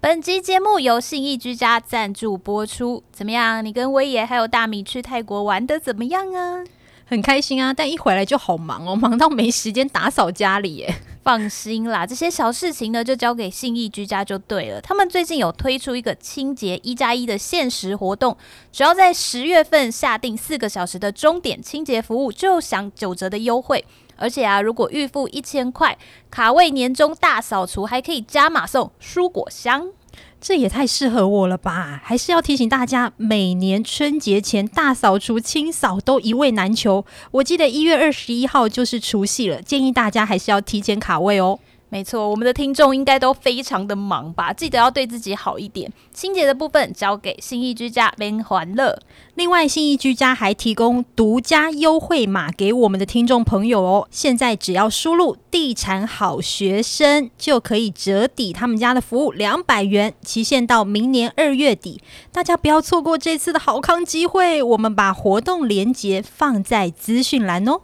本集节目由信义居家赞助播出。怎么样？你跟威爷还有大米去泰国玩的怎么样啊？很开心啊，但一回来就好忙哦， 忙到没时间打扫家里耶。放心啦，这些小事情呢，就交给信义居家就对了。他们最近有推出一个清洁一加一的限时活动，只要在十月份下定四个小时的终点清洁服务，就享九折的优惠。而且啊，如果预付一千块，卡位年终大扫除还可以加码送蔬果箱。这也太适合我了吧！还是要提醒大家，每年春节前大扫除、清扫都一味难求。我记得一月二十一号就是除夕了，建议大家还是要提前卡位哦。没错，我们的听众应该都非常的忙吧？记得要对自己好一点。清洁的部分交给新义居家边欢乐。另外，信义居家还提供独家优惠码给我们的听众朋友哦。现在只要输入“地产好学生”，就可以折抵他们家的服务两百元，期限到明年二月底。大家不要错过这次的好康机会，我们把活动链接放在资讯栏哦。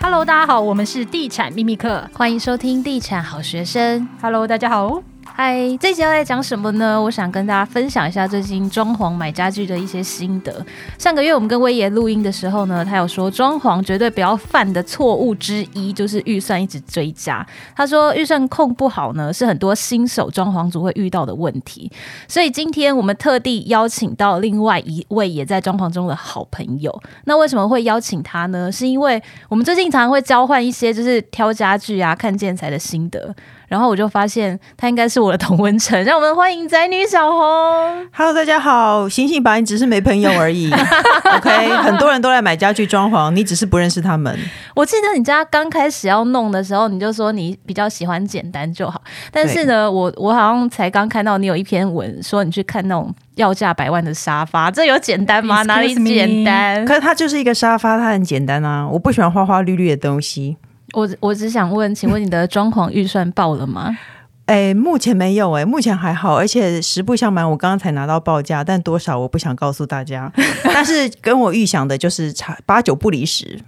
Hello，大家好，我们是地产秘密课。欢迎收听《地产好学生》。 Hello，大家好。嗨，这集要来讲什么呢？我想跟大家分享一下最近装潢买家具的一些心得。上个月我们跟威爷录音的时候呢，他有说装潢绝对不要犯的错误之一就是预算一直追加。他说预算控不好呢，是很多新手装潢族会遇到的问题。所以今天我们特地邀请到另外一位也在装潢中的好朋友。那为什么会邀请他呢？是因为我们最近常常会交换一些就是挑家具啊、看建材的心得。然后我就发现他应该是我的同温层，让我们欢迎宅女小红。 Hello，大家好，醒醒吧，你只是没朋友而已。OK，很多人都来买家具装潢，你只是不认识他们。我记得你家刚开始要弄的时候，你就说你比较喜欢简单就好。但是呢，我我好像才刚看到你有一篇文说你去看那种要价百万的沙发，这有简单吗？ Excuse 哪里简单？可是它就是一个沙发，它很简单啊。我不喜欢花花绿绿的东西。我我只想问，请问你的装潢预算爆 了吗？哎，目前没有哎、目前还好，而且实不相瞒，我刚刚才拿到报价，但多少我不想告诉大家。但是跟我预想的就是差八九不离十。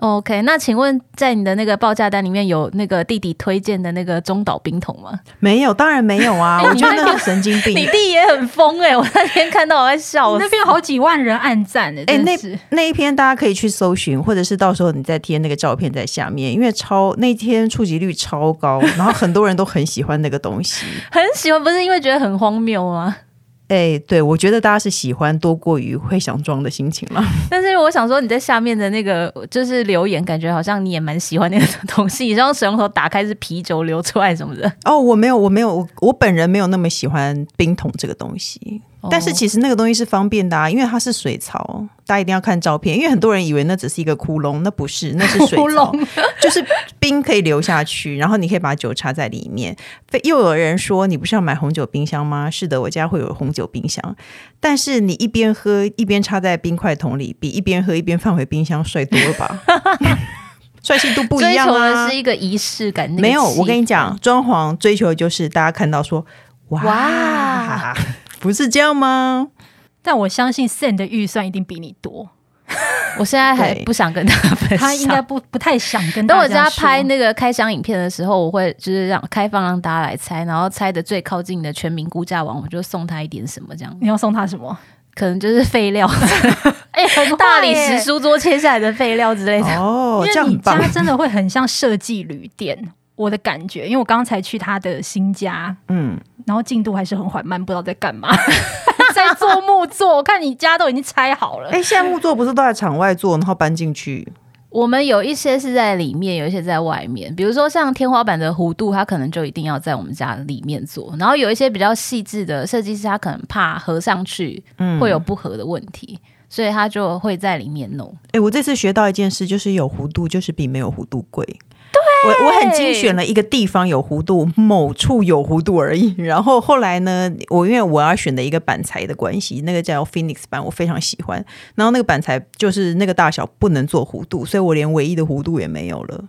哦 OK，那请问在你的那个报价单里面有那个弟弟推荐的那个中岛冰桶吗？没有，当然没有啊！我觉得那是神经病。你弟也很疯哎、我那天看到我在笑死。那边有好几万人按赞呢，哎真那是。那一篇大家可以去搜寻，或者是到时候你再贴那个照片在下面，因为超那天触及率超高，然后很多人都很喜欢那个东 西。很喜欢，不是因为觉得很荒谬吗？ 哎、对，我觉得大家是喜欢多过于会想装的心情了。但是我想说，你在下面的那个就是留言，感觉好像你也蛮喜欢那个东西，你像水龙头打开是啤酒流出来什么的。哦，我没有，我没有，我我本人没有那么喜欢冰桶这个东西， 但是实其实那个东西是方便的啊，因为它是水槽，大家一定要看照片，因为很多人以为那只是一个窟窿，那不是，那是水 窟槽窿， 就是冰可以流下去，然后你可以把酒插在里面。非又有人说你不是要买红酒冰箱吗？是的，我家会有红酒冰箱，但是你一边喝一边插在冰块桶里，比一边喝一边放回冰箱帅多了 吧？帅气度不一追样求啊！的是一个仪式感。那个没有，气我跟你氛讲，，装潢追求的就是大家看到说哇，哇 不是这样吗？但我相信 Sen 的预算一定比你多，我现在还对不想跟他分享。他应该不不太想跟等我大家家拍说那个开箱影片的时候，我会就是让开放让大家来猜，然后猜的最靠近的全民估价王，我就送他一点什么这样，你要送他什么？可能就是废 料，哎、很坏大理耶石，书桌切下来的废料之类的。哦，这因样为你很棒家。真的会很像设计旅店，我的感觉，因为我刚才去他的新家，嗯，然后进度还是很缓慢，不知道在干嘛， 在做木作。我看你家都已经拆好了，哎，现在木作不是都在场外做，然后搬进去？我们有一些是在里面，有一些在外面。比如说像天花板的弧度，它可能就一定要在我们家里面做。然后有一些比较细致的设计师，他可能怕合上去嗯，会有。不合的问题，所以他就会在里面弄。哎，我这次学到一件事，就是有弧度就是比没有弧度贵。对，我我很精选了一个地方有弧度，某处有弧度而已。然后后来呢，我因为我要选的一个板材的关系，那个叫 Phoenix 板，我非常喜欢。然后那个板材就是那个大小不能做弧度，所以我连唯一的弧度也没有了。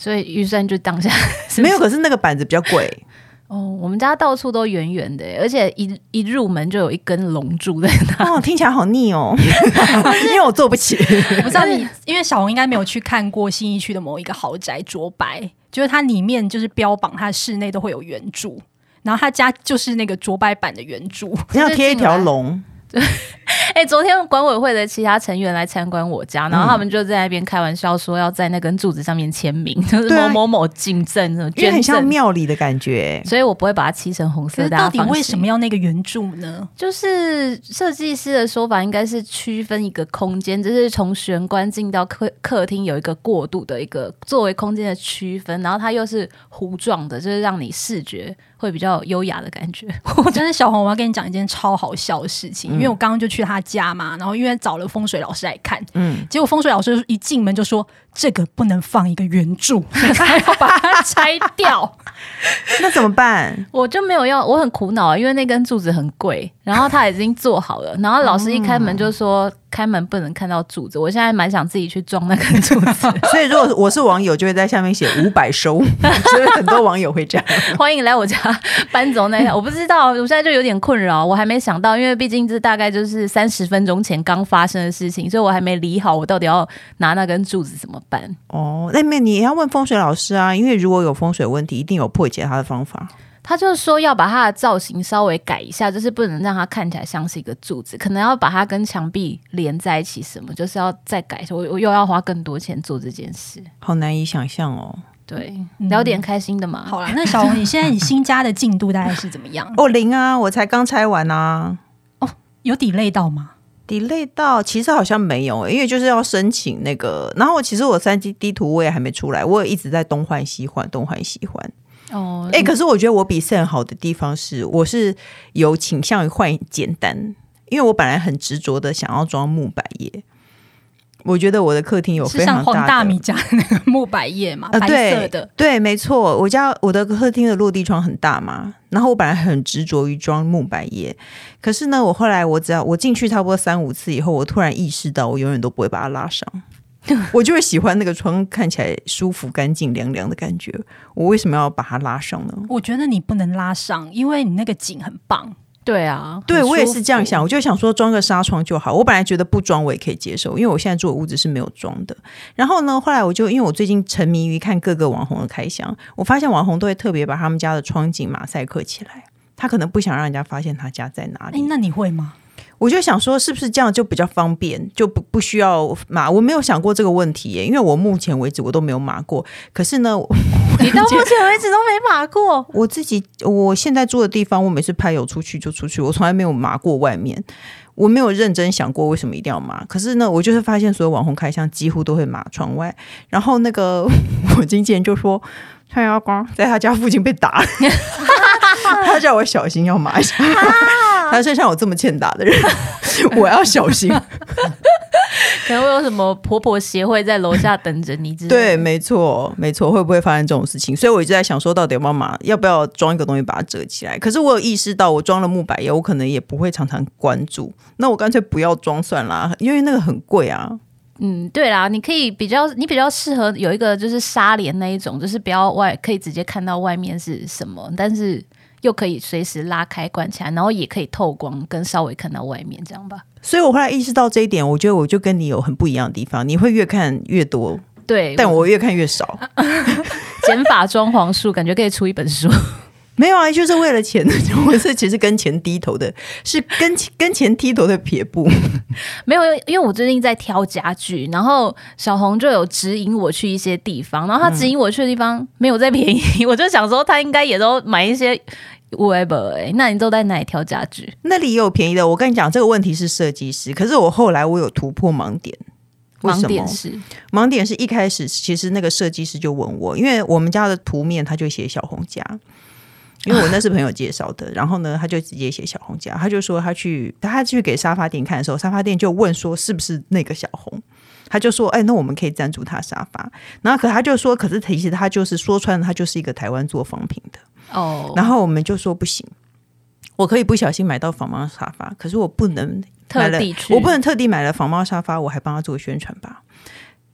所以预算就当下 是不是没有，可是那个板子比较 贵。哦。我们家到处都圆圆的，而且一一入门就有一根龙柱在那。 哦，听起来好腻 哦，因为我 做不起。我不知道你，因为小红应该没有去看过新一区的某一个豪宅卓白，就是它里面就是标榜它室内都会有圆柱，然后他家就是那个卓白板的圆柱，你要贴一条龙，哎、昨天管委会的其他成员来参观我家，然后他们就在那边开玩笑说要在那根柱子上面签名，就是对某啊某某进赠什么因为捐很像赠，庙里的感觉。所以我不会把它漆成红可色。是大家到底放为心什么要那个圆柱呢？就是设计师的说法，应该是区分一个空间，就是从玄关进到客客厅有一个过渡的一个作为空间的区分，然后它又是弧状的，就是让你视觉会比较优雅的感觉。 我真的小红，我要跟你讲一件超好笑的事情，因为我刚刚就去他家嘛，然后因为找了风水老师来看，嗯，结果风水老师一进门就说这个不能放一个圆柱， 所以他要把它拆掉。那怎么办？ 我就没有要，我很苦恼啊，因为那根柱子很贵，然后它已经做好了，然后老师一开门就说开门不能看到柱子，我现在蛮想自己去装那根柱 子。所以如果我是网友，就会在下面写五百收， 所以很多网友会这样。 欢迎来我家搬走那一下，我不知道，我现在就有点困扰，我还没想到，因为毕竟这大概就是三十分钟前刚发生的事情，所以我还没理好我到底要拿那根柱子怎么办。哦，那面你也要问风水老师啊，因为如果有风水问题，一定有破解它的方法。他就说要把它的造型稍微改一下，就是不能让它看起来像是一个柱子，可能要把它跟墙壁连在一起，什么就是要再改一下。我我又要花更多钱做这件事。好难以想象哦。对，聊点开心的嘛。好了，那小红，你现在你新家的进度大概是怎么样？哦，零啊，我才刚拆完啊。有抵累到吗？ delay 到其实好像没有、欸因为就是要申请那个，然后其实我三 D 地图我也还没出来，我也一直在东换西换，东换西换。哦，哎、可是我觉得我比 Sam 好的地方是，我是有倾向于换简单，因为我本来很执着的想要装木百叶，我觉得我的客厅有是非像常黄大的大米家的那个木百叶嘛，啊，白对色的。对，没错，我家我的客厅的落地窗很大嘛，然后我本来很执着于装木百叶，可是呢，我后来我只要我进去差不多三五次以后，我突然意识到我永远都不会把它拉上， 我就是喜欢那个窗看起来舒服、干净、凉凉的感觉，我为什么要把它拉上呢？我觉得你不能拉上，因为你那个景很棒。对啊，对很舒我也是这样服。想，我就想说装个纱窗就好。我本来觉得不装我也可以接受，因为我现在住的屋子是没有装的。然后呢，后来我就因为我最近沉迷于看各个网红的开箱，我发现网红都会特别把他们家的窗景马赛克起来。他可能不想让人家发现他家在哪哎里，，那你会吗？我就想说是不是这样就比较方便，就不不需要码。我没有想过这个问题耶，因为我目前为止我都没有码过。可是呢，我，你到目前为止都没码过我自己我现在住的地方，我每次拍有出去就出去，我从来没有麻过外面，我没有认真想过为什么一定要麻。可是呢，我就是发现所有网红开箱几乎都会麻窗外，然后那个 我经纪人就说。蔡耀光在他家附近被打了， 他叫我小心要麻一下。 他说像我这么欠打的人， 我要小心。 可能会有什么婆婆协会在楼下等着你之类的。对，没错，没错，会不会发生这种事情？所以我一直在想，说到底要不要码，要不要装一个东西把它遮起来？可是我有意识到，我装了木百叶，我可能也不会常常关注，那我干脆不要装算啦，因为那个很贵啊。 嗯，对啦，你可以比较，你比较适合有一个就是纱帘那一种，就是不要外可以直接看到外面是什么，但是又可以随时拉开关起来，然后也可以透光跟稍微看到外面，这样吧。所以我后来意识到这一点，我觉得我就跟你有很不一样的地方，你会越看越多，对，但我越看越少。减法装潢术感觉可以出一本书。没有啊，就是为了钱，我是其实跟钱低头的，是跟 跟钱低头的撇步。没有，因为我最近在挑家具，然后小红就有指引我去一些地方，然后嗯她指引我去的地方没有再便宜， 我就想说她应该也都买一些 whatever 哎、那你都在哪里挑家具？那里也有便宜的，我跟你讲，这个问题是设计师，可是我后来我有突破盲点。为什盲么点是盲点是一开始，其实那个设计师就问我，因为我们家的图面他就写小红家，因为我那是朋友介绍的， 然后呢，他就直接写小红家，他就说他去他去给沙发店看的时候，沙发店就问说是不是那个小红，他就说哎，那我们可以赞助他沙发，然后可他就说，可是其实他就是说穿了，他就是一个台湾做仿品的。哦，然后我们就说不行，我可以不小心买到仿猫沙发，可是我不能买特了地去我不能特地买了仿猫沙发，我还帮他做宣传吧。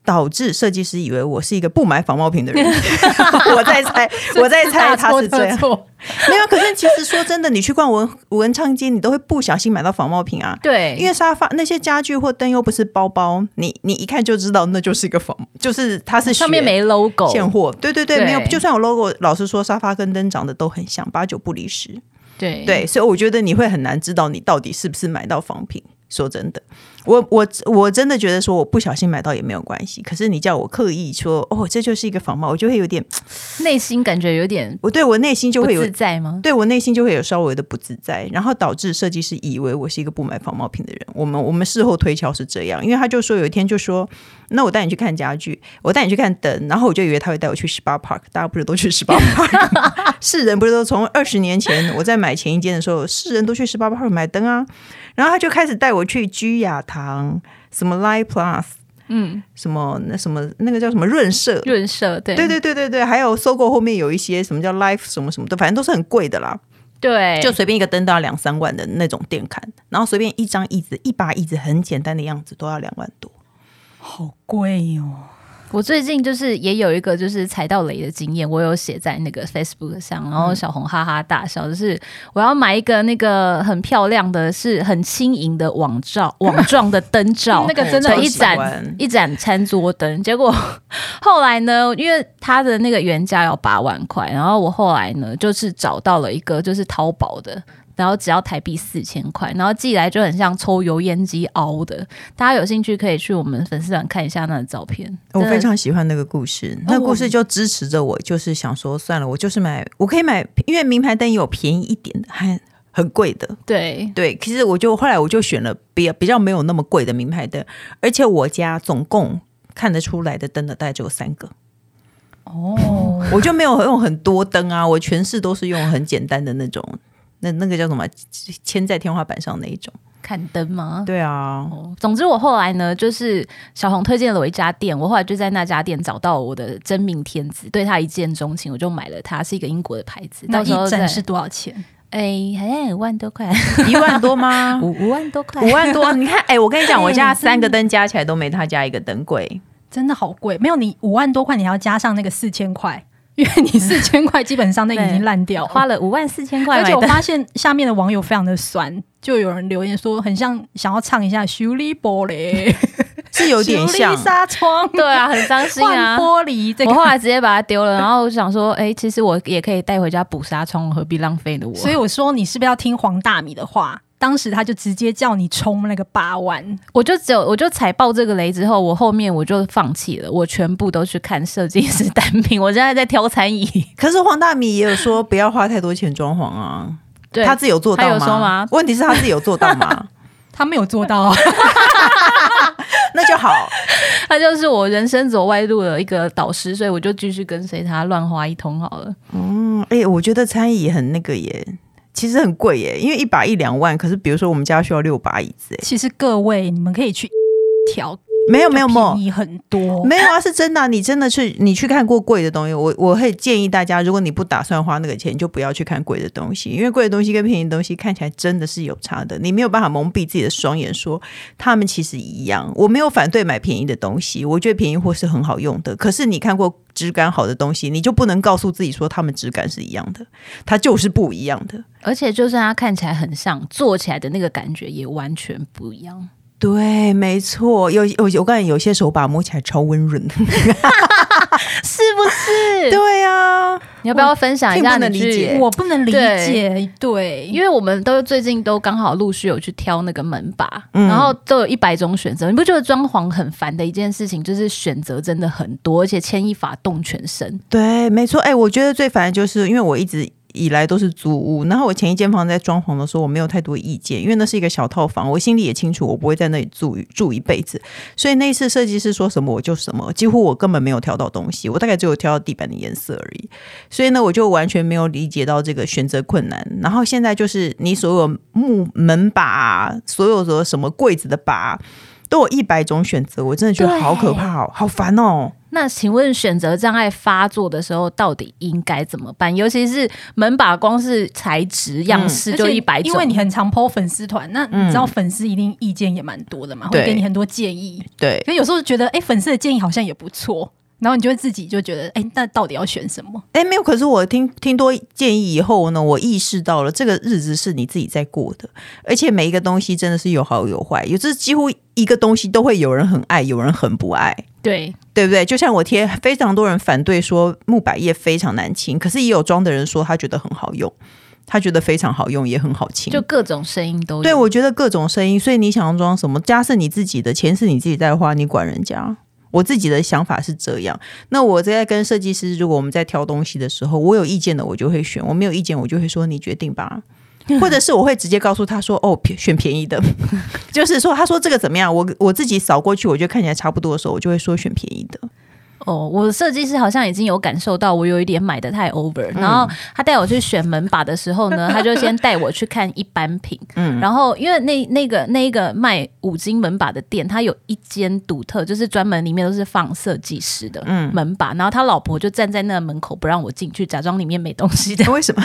导致设计师以为我是一个不买仿冒品的人。 我 在猜，我在猜他是这样。 错。没有，可是其实说真的，你去逛文文昌街，你都会不小心买到仿冒品啊。对，因为沙发那些家具或灯又不是包包，你你一看就知道那就是一个仿，就是它是上面学没 logo，现货。对对对，对没有，就算有 logo，老实说，沙发跟灯长得都很像，八九不离十。对对，所以我觉得你会很难知道你到底是不是买到仿品。说真的，我我我真的觉得说我不小心买到也没有关系，可是你叫我刻意说哦，这就是一个仿冒，我就会有点，内心感觉有点我对我内心就不会有自在吗？对我内心就会有稍微的不自在，然后导致设计师以为我是一个不买仿冒品的人。我们我们事后推敲是这样，因为他就说有一天就说，那我带你去看家具，我带你去看灯，然后我就以为他会带我去十八 Park，大家不是都去十八 Park？吗 世人不是都从二十年前我在买前一间的时候，世人都去十八 Park 买灯啊，然后他就开始带我去居雅堂，什么 Live Plus，嗯，什么那什么那个叫什么润色，润色，对对对对对对，还有搜购后面有一些什么叫 Life 什么什么的，反正都是很贵的啦。对，就随便一个灯都要两三万的那种店看，然后随便一张椅子、一把椅子很简单的样子都要两万多。好贵哦！我最近就是也有一个就是踩到雷的经验，我有写在那个 Facebook 上，然后小红哈哈大笑，就是我要买一个那个很漂亮的是很轻盈的网罩网状的灯罩，那个真的对很一喜盏欢一盏餐桌灯，结果 后来呢，因为它的那个原价要八万块，然后我后来呢就是找到了一个就是淘宝的。然后只要台币四千块，然后寄来就很像抽油烟机熬的。大家有兴趣可以去我们粉丝团看一下那个照片。我真的非常喜欢那个故事，那个故事就支持着我，就是想说算了，我就是买，我可以买，因为名牌灯也有便宜一点的，还很贵的。对，对，其实我就后来我就选了比比较没有那么贵的名牌灯，而且我家总共看得出来的灯的大概只有三个。哦，我就没有用很多灯啊，我全是都是用很简单的那种，那那个叫什么，牵在天花板上那一种。看灯吗？对啊，哦总之，我后来呢，就是小红推荐了我一家店，我后来就在那家店找到我的真命天子，对他一见钟情，我就买了它，是一个英国的牌子。那到时候一再盏是多少钱？哎，好像五万多块，一万多吗？ 五五万多块五，万多，你看，哎、我跟你讲，我家三个灯加起来都没他家一个灯贵。真的好贵，没有你五万多块，你还要加上那个四千块， 因为你四千块基本上那已经烂掉了。 花了五万四千块而买且我的。发现下面的网友非常的酸，就有人留言说很像想要唱一下《修理玻璃》，是 有点像修理纱窗，对啊，很伤心啊 换。玻璃这我个。后来直接把它丢了，然后我想说，哎、其实我也可以带回家补纱窗，我何必浪费呢？我所以我说你是不是要听黄大米的话？当时他就直接叫你冲那个八万，我就只有我就踩爆这个雷之后，我后面我就放弃了，我全部都去看设计师单品，我现在在挑餐椅。可是黄大米也有说不要花太多钱装潢啊，对，他自己有做到他有说吗问题是他自己有做到吗？他没有做到 啊。那就好，他就是我人生走歪路的一个导师，所以我就继续跟随他乱花一通好了。嗯，哎、我觉得餐椅很那个耶，其实很贵耶，因为一把一两万，可是比如说我们家需要六把椅子，哎，其实各位，你们可以去调，没有没有没有便，宜很多。没有啊，是真的啊、你真的去你去看过贵的东西，我我会建议大家，如果你不打算花那个钱，就不要去看贵的东西，因为贵的东西跟便宜的东西看起来真的是有差的，你没有办法蒙蔽自己的双眼说，他们其实一样。我没有反对买便宜的东西，我觉得便宜货是很好用的。可是你看过质感好的东西，你就不能告诉自己说它们质感是一样的，它就是不一样的。而且就算他看起来很像，做起来的那个感觉也完全不一样。对，没错，有有我感觉有些手把摸起来超温润的。是不是？对啊，你要不要分享一下我听不能你去理解我不能理对解，对，因为我们都最近都刚好陆续有去挑那个门把，嗯然后都有一百种选择。你不觉得装潢很烦的一件事情，就是选择真的很多，而且牵一发动全身。对，没错。哎、我觉得最烦的就是，因为我一直以来都是租屋，然后我前一间房在装潢的时候，我没有太多意见，因为那是一个小套房，我心里也清楚，我不会在那里住住一辈子。所以那一次设计师说什么我就什么，几乎我根本没有挑到东西，我大概只有挑到地板的颜色而已。所以呢，我就完全没有理解到这个选择困难。然后现在就是你所有木门把啊，所有的什么柜子的把啊。都有一百种选择，我真的觉得好可怕哦，好烦哦！那请问选择障碍发作的时候到底应该怎么办？尤其是门把光是材质样式嗯而就且一百种，因为你很常 PO 粉丝团，那你知道粉丝一定意见也蛮多的嘛，会对给你很多建议。对可有时候觉得，哎、粉丝的建议好像也不错，然后你就会自己就觉得，哎、那到底要选什么？哎，没有。可是我听听多建议以后呢，我意识到了这个日子是你自己在过的，而且每一个东西真的是有好有坏，有这几乎一个东西都会有人很爱，有人很不爱。对对不对？就像我贴，非常多人反对说木百叶非常难清，可是也有装的人说他觉得很好用，他觉得非常好用，也很好嗯清。就各种声音都有。对，我觉得各种声音，所以你想要装什么，家是你自己的，钱是你自己在花，你管人家。我自己的想法是这样。那我在跟设计师，如果我们在挑东西的时候，我有意见的我就会选，我没有意见我就会说你决 定吧，或者是我会直接告诉他说哦，便选便宜的， 就是说他说这个怎么样，我我自己扫过去，我觉得看起来差不多的时候，我就会说选便宜的。哦，我的设计师好像已经有感受到我有一点买的太 over，、然嗯后他带我去选门把的时候 呢，他就先带我去看一般品，嗯，然后因为那那个那一个卖五金门把的店，他有一间独特，就是专门里面都是放设计师的嗯门把，然后他老婆就站在那门口不让我进去，假装里面没东西的。为什么？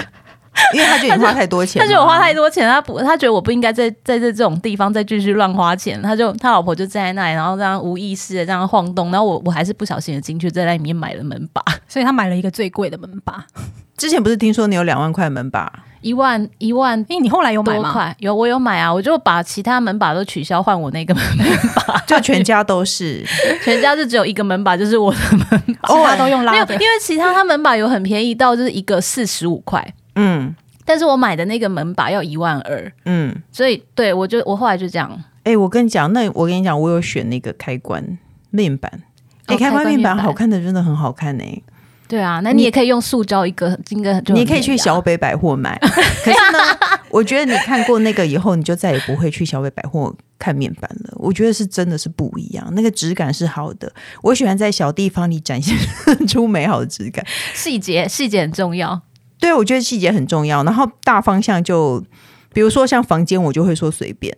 因为他觉得你花太多钱他了，觉得我花太多钱，他不，他觉得我不应该在在这这种地方再继续乱花钱。他就他老婆就站在那里，然后这样无意识的这样晃动，然后我我还是不小心的进去，在那里面买了门把。 所以他买了一个最贵的门把，之前不是听说你有两万块门把？一万一万因为哎你后来有买多吗？块，有我有买啊，我就把其他门把都取消，换我那个门 把，就全家都 是全家就只有一个门把，就是我的门把。其他都用没拉有，的，因为其他它门把有很便宜到就是一个四十五块，嗯但是我买的那个门把要一万二，嗯。所以对我就我后来就这样，哎、我跟你讲，那我跟你讲，我有选那个开关面板。哎、哦开开关关面面板板好看的真的很好看呢、对啊，那你也可以用塑胶一个金个，就很你可以去便宜啊小北百货买。可是 呢，我觉得你看过那个以后，你就再也不会去小北百货看面板了。我觉得是真的是不一样，那个质感是好的。我喜欢在小地方里展现出 美好的质感。细节细节很重要，对，我觉得细节很重要。然后大方向就，比如说像房间，我就会说随便，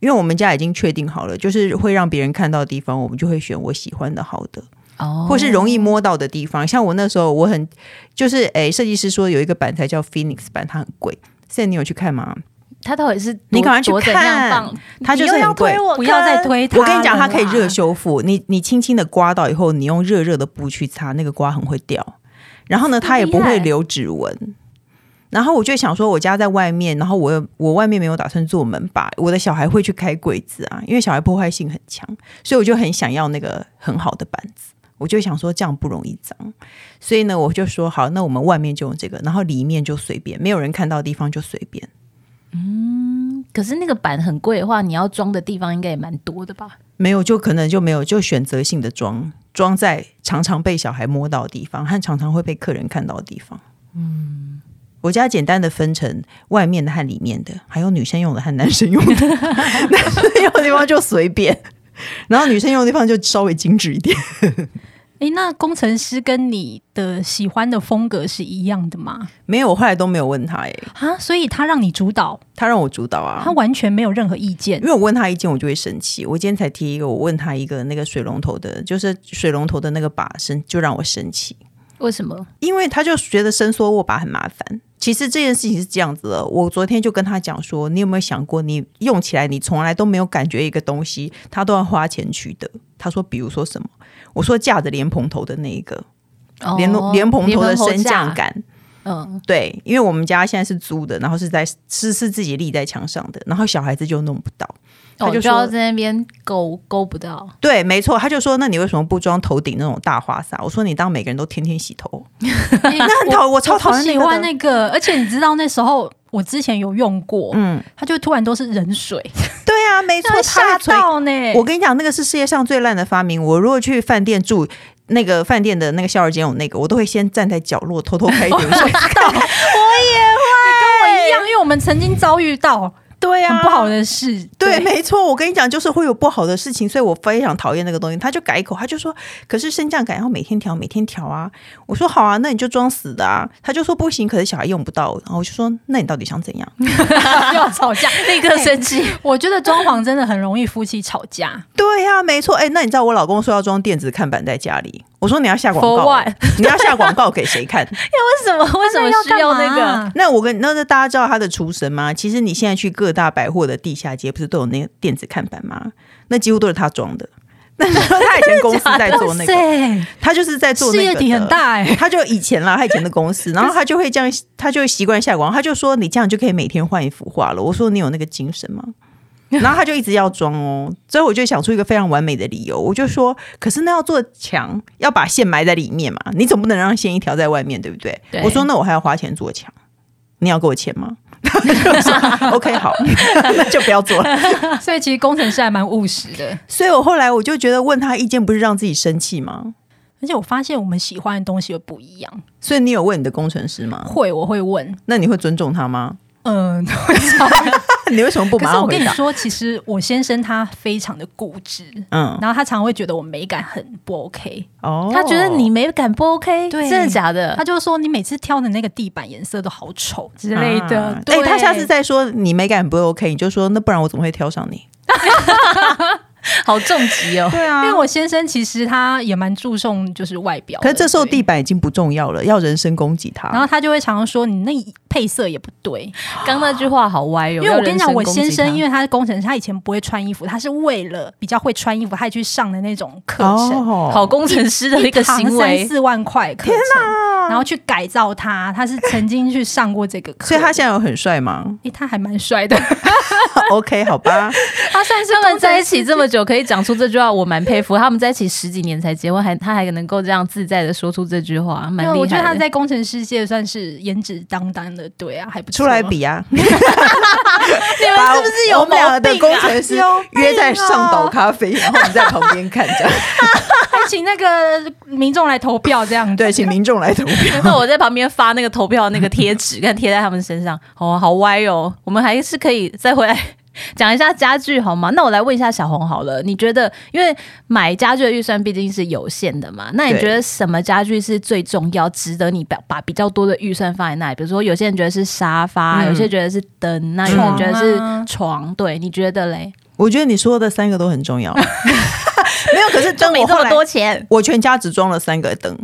因为我们家已经确定好了，就是会让别人看到的地方，我们就会选我喜欢的好的，哦或是容易摸到的地方。像我那时候，我很就是诶，设计师说有一个板材叫 Phoenix 板，它很贵。现在你有去看吗？它到底是多你赶快去多怎样看放？它就是你又要很贵推。我不要再推它我跟你讲，了啦它可以热修复。你你轻轻的刮到以后，你用热热的布去擦，那个刮很会掉。然后呢，它也不厉害会留指纹。然后我就想说，我家在外面，然后我又我外面没有打算做门把，我的小孩会去开柜子啊，因为小孩破坏性很强，所以我就很想要那个很好的板子。我就想说这样不容易脏，所以呢，我就说好，那我们外面就用这个，然后里面就随便，没有人看到的地方就随便。可是那个板很贵的话，你要装的地方应该也蛮多的吧？没有，就可能就没有，就选择性的装，装在常常被小孩摸到的地方和常常会被客人看到的地方。嗯，我家简单的分成外面的和里面的，还有女生用的和男生用的，男生用的地方就随便，然后女生用的地方就稍微精致一点。哎、那工程师跟你的喜欢的风格是一样的吗？没有，我后来都没有问他、欸，哎，啊，所以他让你主导，他让我主导啊他。完全没有任何意见因。为我问他意见，我就会生气。我今天才提一个，我问他一个那个水龙头的，就是水龙头的那个把生，就让我生气。为什么？因为他就觉得伸缩握把很麻烦。其实这件事情是这样子的，我昨天就跟他讲说，你有没有想过，你用起来你从来都没有感觉一个东西，他都要花钱去的。他说，比如说什么？我说架着莲蓬头的那一个，哦莲蓬莲蓬头的升架降，杆，嗯，对，因为我们家现在是租的，然后是在是是自己立在墙上的，然后小孩子就弄不到。他哦就就说要在那边勾勾不到。对，没错，他就说：“那你为什么不装头顶那种大花洒？”我说：“你当每个人都天天洗头？那很讨我超讨厌那喜个的欢那个，而且你知道那时候我之前有用过，嗯，它就突然都是人水，对啊，没错，吓他垂到呢。我跟你讲，那个是世界上最烂的发明。我如果去饭店住，那个饭店的那个shower 间有那个，我都会先站在角落偷偷开一点跟水。我一样，因为我们曾经遭遇到。 对啊，很不好的事。对，没错，我跟你讲，就是会有不好的事情，所以我非常讨厌那个东西。他就改口，他就说：“可是升降杆要每天调，每天调啊。”我说：“好啊，那你就装死的啊。”他就说：“不行，可是小孩用不到。”然后我就说：“那你到底想怎样又要吵 架，哎立刻生气。我觉得装潢真的很容易夫妻吵架。？”对呀、没错。哎、那你知道我老公说要装电子看板在家里，我说你要下广 For 告哦 what？，你要下广告给谁看？为 什么为什么需要那个？那我跟那大家知道他的厨神吗？其实你现在去各大百货的地下街，不是都有那个电子看板吗？那几乎都是他装的。那他以前公司在做那个，对，他就是在做事那个业的体很。大哎、他就以前啦，他以前的公 司，然后他就会这样，他就会习惯下广告，他就说你这样就可以每天换一幅画了。我说你有那个精神吗？ 然后他就一直要装哦，最后我就想出一个非常完美的理由，我就说，可是那要做墙，要把线埋在里面嘛，你总不能让线一条在外面，对不对？对我说那我还要花钱做墙，你要给我钱吗？ 他就说 OK 好， 那就不要做了。所以其实工程师还蛮务实的。所以我后来我就觉得问他意见不是让自己生气吗？而且我发现我们喜欢的东西又不一样，所以你有问你的工程师吗？会我会问，那你会尊重他吗？嗯， 你为什么不可马是上我跟回你答？说，其实我先生他非常的固执，嗯，然后他常会觉得我美感很不 OK，哦他觉得你美感不 OK，对真的假的他？就说你每次挑的那个地板颜色都好丑之类的。哎、对，他下次再说你美感不 OK，你就说那不然我怎么会挑上你？好重疾哦！对啊因为我先生其实他也蛮注重就是外表哦的，可是这时候对地板已经不重要了，要人身攻击然他。后他就会常常说你那配色也不对，刚那句话好歪哦，因为我跟你讲，我先生因为为他是工程师，他以前不会穿衣服，他是为了比较会穿衣服，他还去上的那种课程，哦好工程师的一个哦堂行三为，四万块课程，然后去改造他，他是曾经去上过这个 课，所以他现在有很帅吗 诶他还蛮帅的， ？OK，好吧，他算是他们在一工程师起这么久，可以讲出这句话，我蛮佩服。他们在一起十几年才结婚，还他还能够这样自在的说出这句话，蛮厉害对的。我觉得他在工程师界算是颜值担当的，对啊，还不错出来，比 啊！你们是不是有我们两个的毛病工啊程师约在上岛咖 啡，然后你在旁边看着。还请那个民众来投票这样子， 对，请民众来投票。 那我在旁边发那个投票的那个贴纸，看贴在他们身上，哦，好歪哦。我们还是可以再回来讲一下家具好吗？那我来问一下小红好了，你觉得因为买家具的预算毕竟是有限的嘛，那你对觉得什么家具是最重要，值得你把把比较多的预算放在那里？比如说有些人觉得是沙发，嗯有些觉得是灯，那有些人觉得床啊是床，对，你觉得嘞？我觉得你说的三个都很重要。 没有，可是就当没我这后么来多钱，我全家只装了三个灯，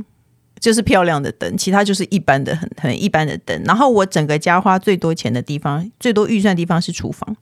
就是漂亮的灯，其他就是一般的很很一般的灯。然后我整个家花最多钱的地方，最多预算的地方是厨房，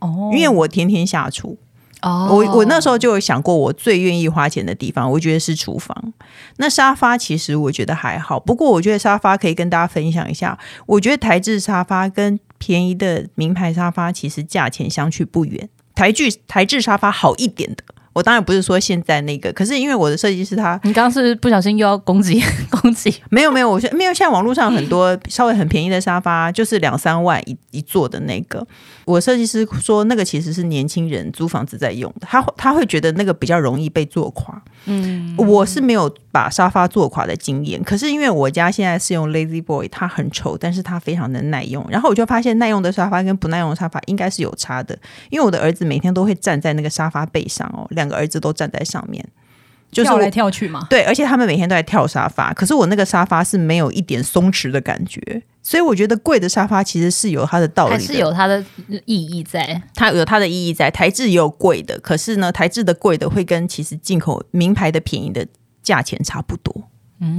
哦，因为我天天下厨。哦我我那时候就有想过，我最愿意花钱的地方，我觉得是厨房。那沙发其实我觉得还好，不过我觉得沙发可以跟大家分享一下。我觉得台制沙发跟便宜的名牌沙发其实价钱相去不远。台剧台制沙发好一点的，我当然不是说现在那个，可是因为我的设计师他你刚刚是不是不小心又要攻击 攻击？没有没有，我觉得没有。现在网络上有很多稍微很便宜的沙发，就是两三万一一座的那个。我设计师说，那个其实是年轻人租房子在用的，他他会觉得那个比较容易被做垮。嗯，我是没有把沙发做垮的经验，可是因为我家现在是用 Lazy Boy，它很丑，但是它非常的耐用。然后我就发现耐用的沙发跟不耐用的沙发应该是有差的，因为我的儿子每天都会站在那个沙发背上哦，两个儿子都站在上面。就是跳我来跳去 嘛，对，而且他们每天都在跳沙发，可是我那个沙发是没有一点松弛的感觉，所以我觉得贵的沙发其实是有它的道理还的，是有它的意义在？它有它的意义在。台制也有贵的，可是呢，台制的贵的会跟其实进口名牌的便宜的价钱差不多。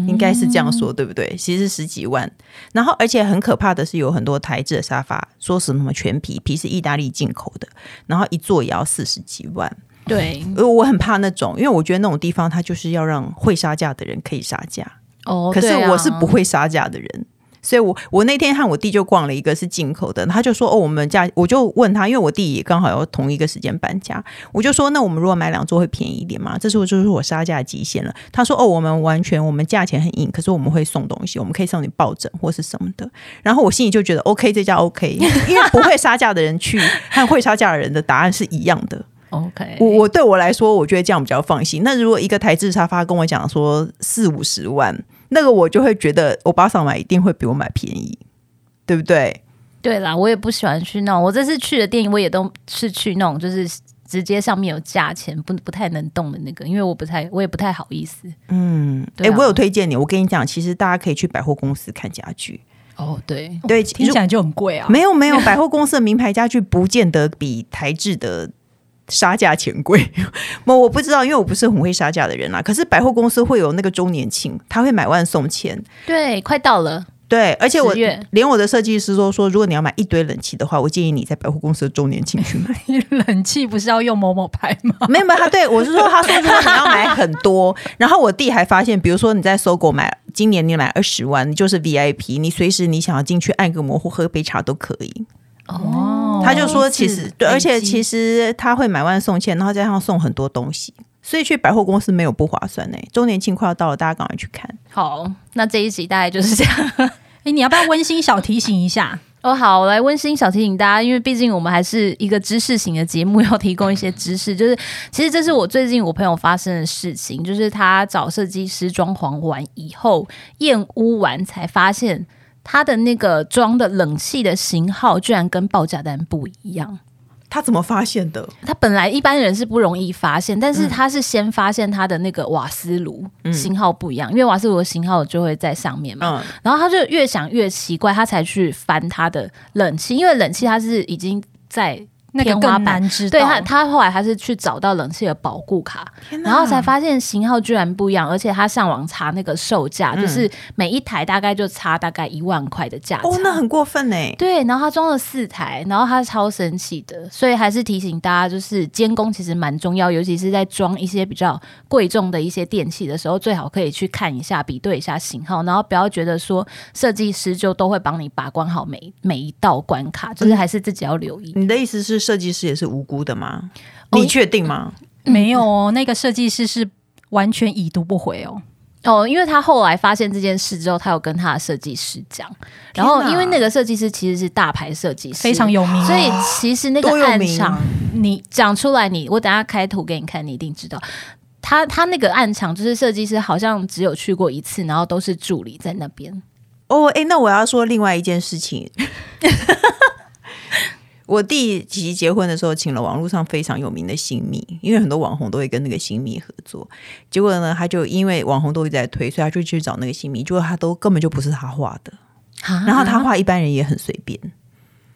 应该是这样说，对不对？其实十几万，然后而且很可怕的是，有很多台制的沙发，说什么全皮，皮是意大利进口的，然后一坐也要四十几万，对，呃，我很怕那种，因为我觉得那种地方它就是要让会杀价的人可以杀价，哦，可是对啊我是不会杀价的人。所以我，我那天和我弟就逛了一个是进口的，他就说哦，我们家我就问他，因为我弟也刚好要同一个时间搬家，我就说那我们如果买两座会便宜一点吗？这是我就是我杀价极限了。他说哦，我们完全我们价钱很硬，可是我们会送东西，我们可以送你抱枕或是什么的。然后我心里就觉得 OK，这家 OK，因为不会杀价的人去和会杀价的人 的答案是一样的。 OK，我我对我来说，我觉得这样比较放心。那如果一个台制沙发跟我讲说四五十万，那个我就会觉得我巴上买一定会比我买便宜，对不对？对啦，我也不喜欢去那种，我这次去的电影我也都是去那种，就是直接上面有价钱，不不太能动的那个，因为我不太，我也不太好意思。嗯，哎、对啊我有推荐你，我跟你讲，其实大家可以去百货公司看家具。哦，对，对，听起来就很贵啊。没有没有，百货公司的名牌家具不见得比台制的杀价钱贵。 我我不知道，因为我不是很会杀价的人啦。啊可是百货公司会有那个周年庆，他会买万送千。对，快到了，对，而且我十月连我的设计师都说，如果你要买一堆冷气的话，我建议你在百货公司的周年庆去 买。 冷气不是要用某某牌吗？ 没有没有，他对我是说，他说如果你要买很多，然后我弟还发现，比如说你在搜狗买，今年你买二十万，你就是 VIP，你随时你想要进去按个摩或喝杯茶都可以。哦，他就说，其实对，累而且积其实他会买万送千，然后加上送很多东西，所以去百货公司没有不划算呢、周年庆快要到了，大家赶快去看。好，那这一集大概就是这样。哎，你要不要温馨小提醒一下？哦，好，我来温馨小提醒大家，因为毕竟我们还是一个知识型的节目，要提供一些知识。就是其实这是我最近我朋友发生的事情，就是他找设计师装潢完以后，验屋完才发现他的那个装的冷气的型号居然跟报价单不一样。他怎么发现的？他本来一般人是不容易发现，但是他是先发现他的那个瓦斯炉型号不一样，因为瓦斯炉的型号就会在上面嘛。嗯，然后他就越想越奇怪，他才去翻他的冷气，因为冷气它是已经在。嗯那个天花更板难知道。对他，他后来他是去找到冷气的保固卡，然后才发现型号居然不一样，而且他上网查那个售价，就是每一台大概就差大概一万块的价差。哦，那很过分呢、对，然后他装了四台，然后他超生气的，所以还是提醒大家，就是监工其实蛮重要，尤其是在装一些比较贵重的一些电器的时候，最好可以去看一下、比对一下型号，然后不要觉得说设计师就都会帮你把关好每每一道关卡，就是还是自己要留意。你的意思是设计师也是无辜的吗？哦你确定吗？没有哦，那个设计师是完全已读不回哦。哦，因为他后来发现这件事之后，他有跟他的设计师讲，然后天哪因为那个设计师其实是大牌设计师，非常有名，哦所以其实那个多有暗名场啊！你讲出来你，我等下开图给你看，你一定知道。他他那个暗场就是设计师，好像只有去过一次，然后都是助理在那边。哦，哎、那我要说另外一件事 情。我弟其实结婚的时候，请了网络上非常有名的新密，因为很多网红都会跟那个新密合作。结果呢，他就因为网红都一直在推，所以他就去找那个新密，结果他都根本就不是他画的。然啊然后他画一般人也很随便，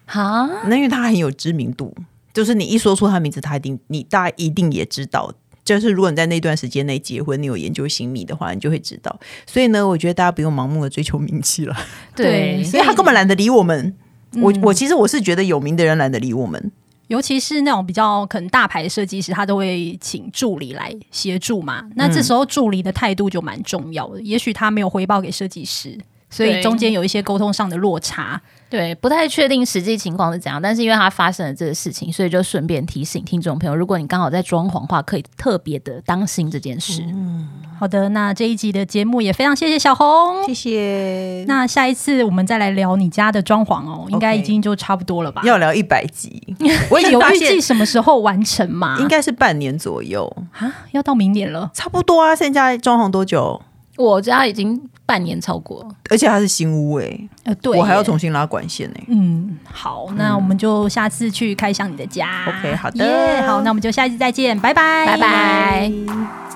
啊，那因为他很有知名度，就是你一说出他名字，他一定你大家一定也知道。就是如果你在那段时间内结婚，你有研究新密的话，你就会知道。所以呢，我觉得大家不用盲目的追求名气了。对对，因为他根本懒得理我们。我我其实我是觉得有名的人懒得理我们，尤其是那种比较可能大牌的设计师，他都会请助理来协助嘛。嗯那这时候助理的态度就蛮重要的，也许他没有回报给设计师，所以对中间有一些沟通上的落差。对，不太确定实际情况是怎样，但是因为他发生了这个事情，所以就顺便提醒听众朋友，如果你刚好在装潢的话，可以特别的当心这件事。嗯好的，那这一集的节目也非常谢谢小红。谢谢。那下一次我们再来聊你家的装潢哦，应该已经就差不多了吧？要聊一百集， 我已经有发预计现什么时候完成吗？应该是半年左右，啊，要到明年了。差不多啊。现在装潢多久？我家已经半年超过，而且它是新屋哎，呃，对，我还要。重新拉管线欸呢。嗯，好，那我们就下次去开箱你的家。嗯 OK，好的耶好，那我们就下一次再见，拜拜，拜拜。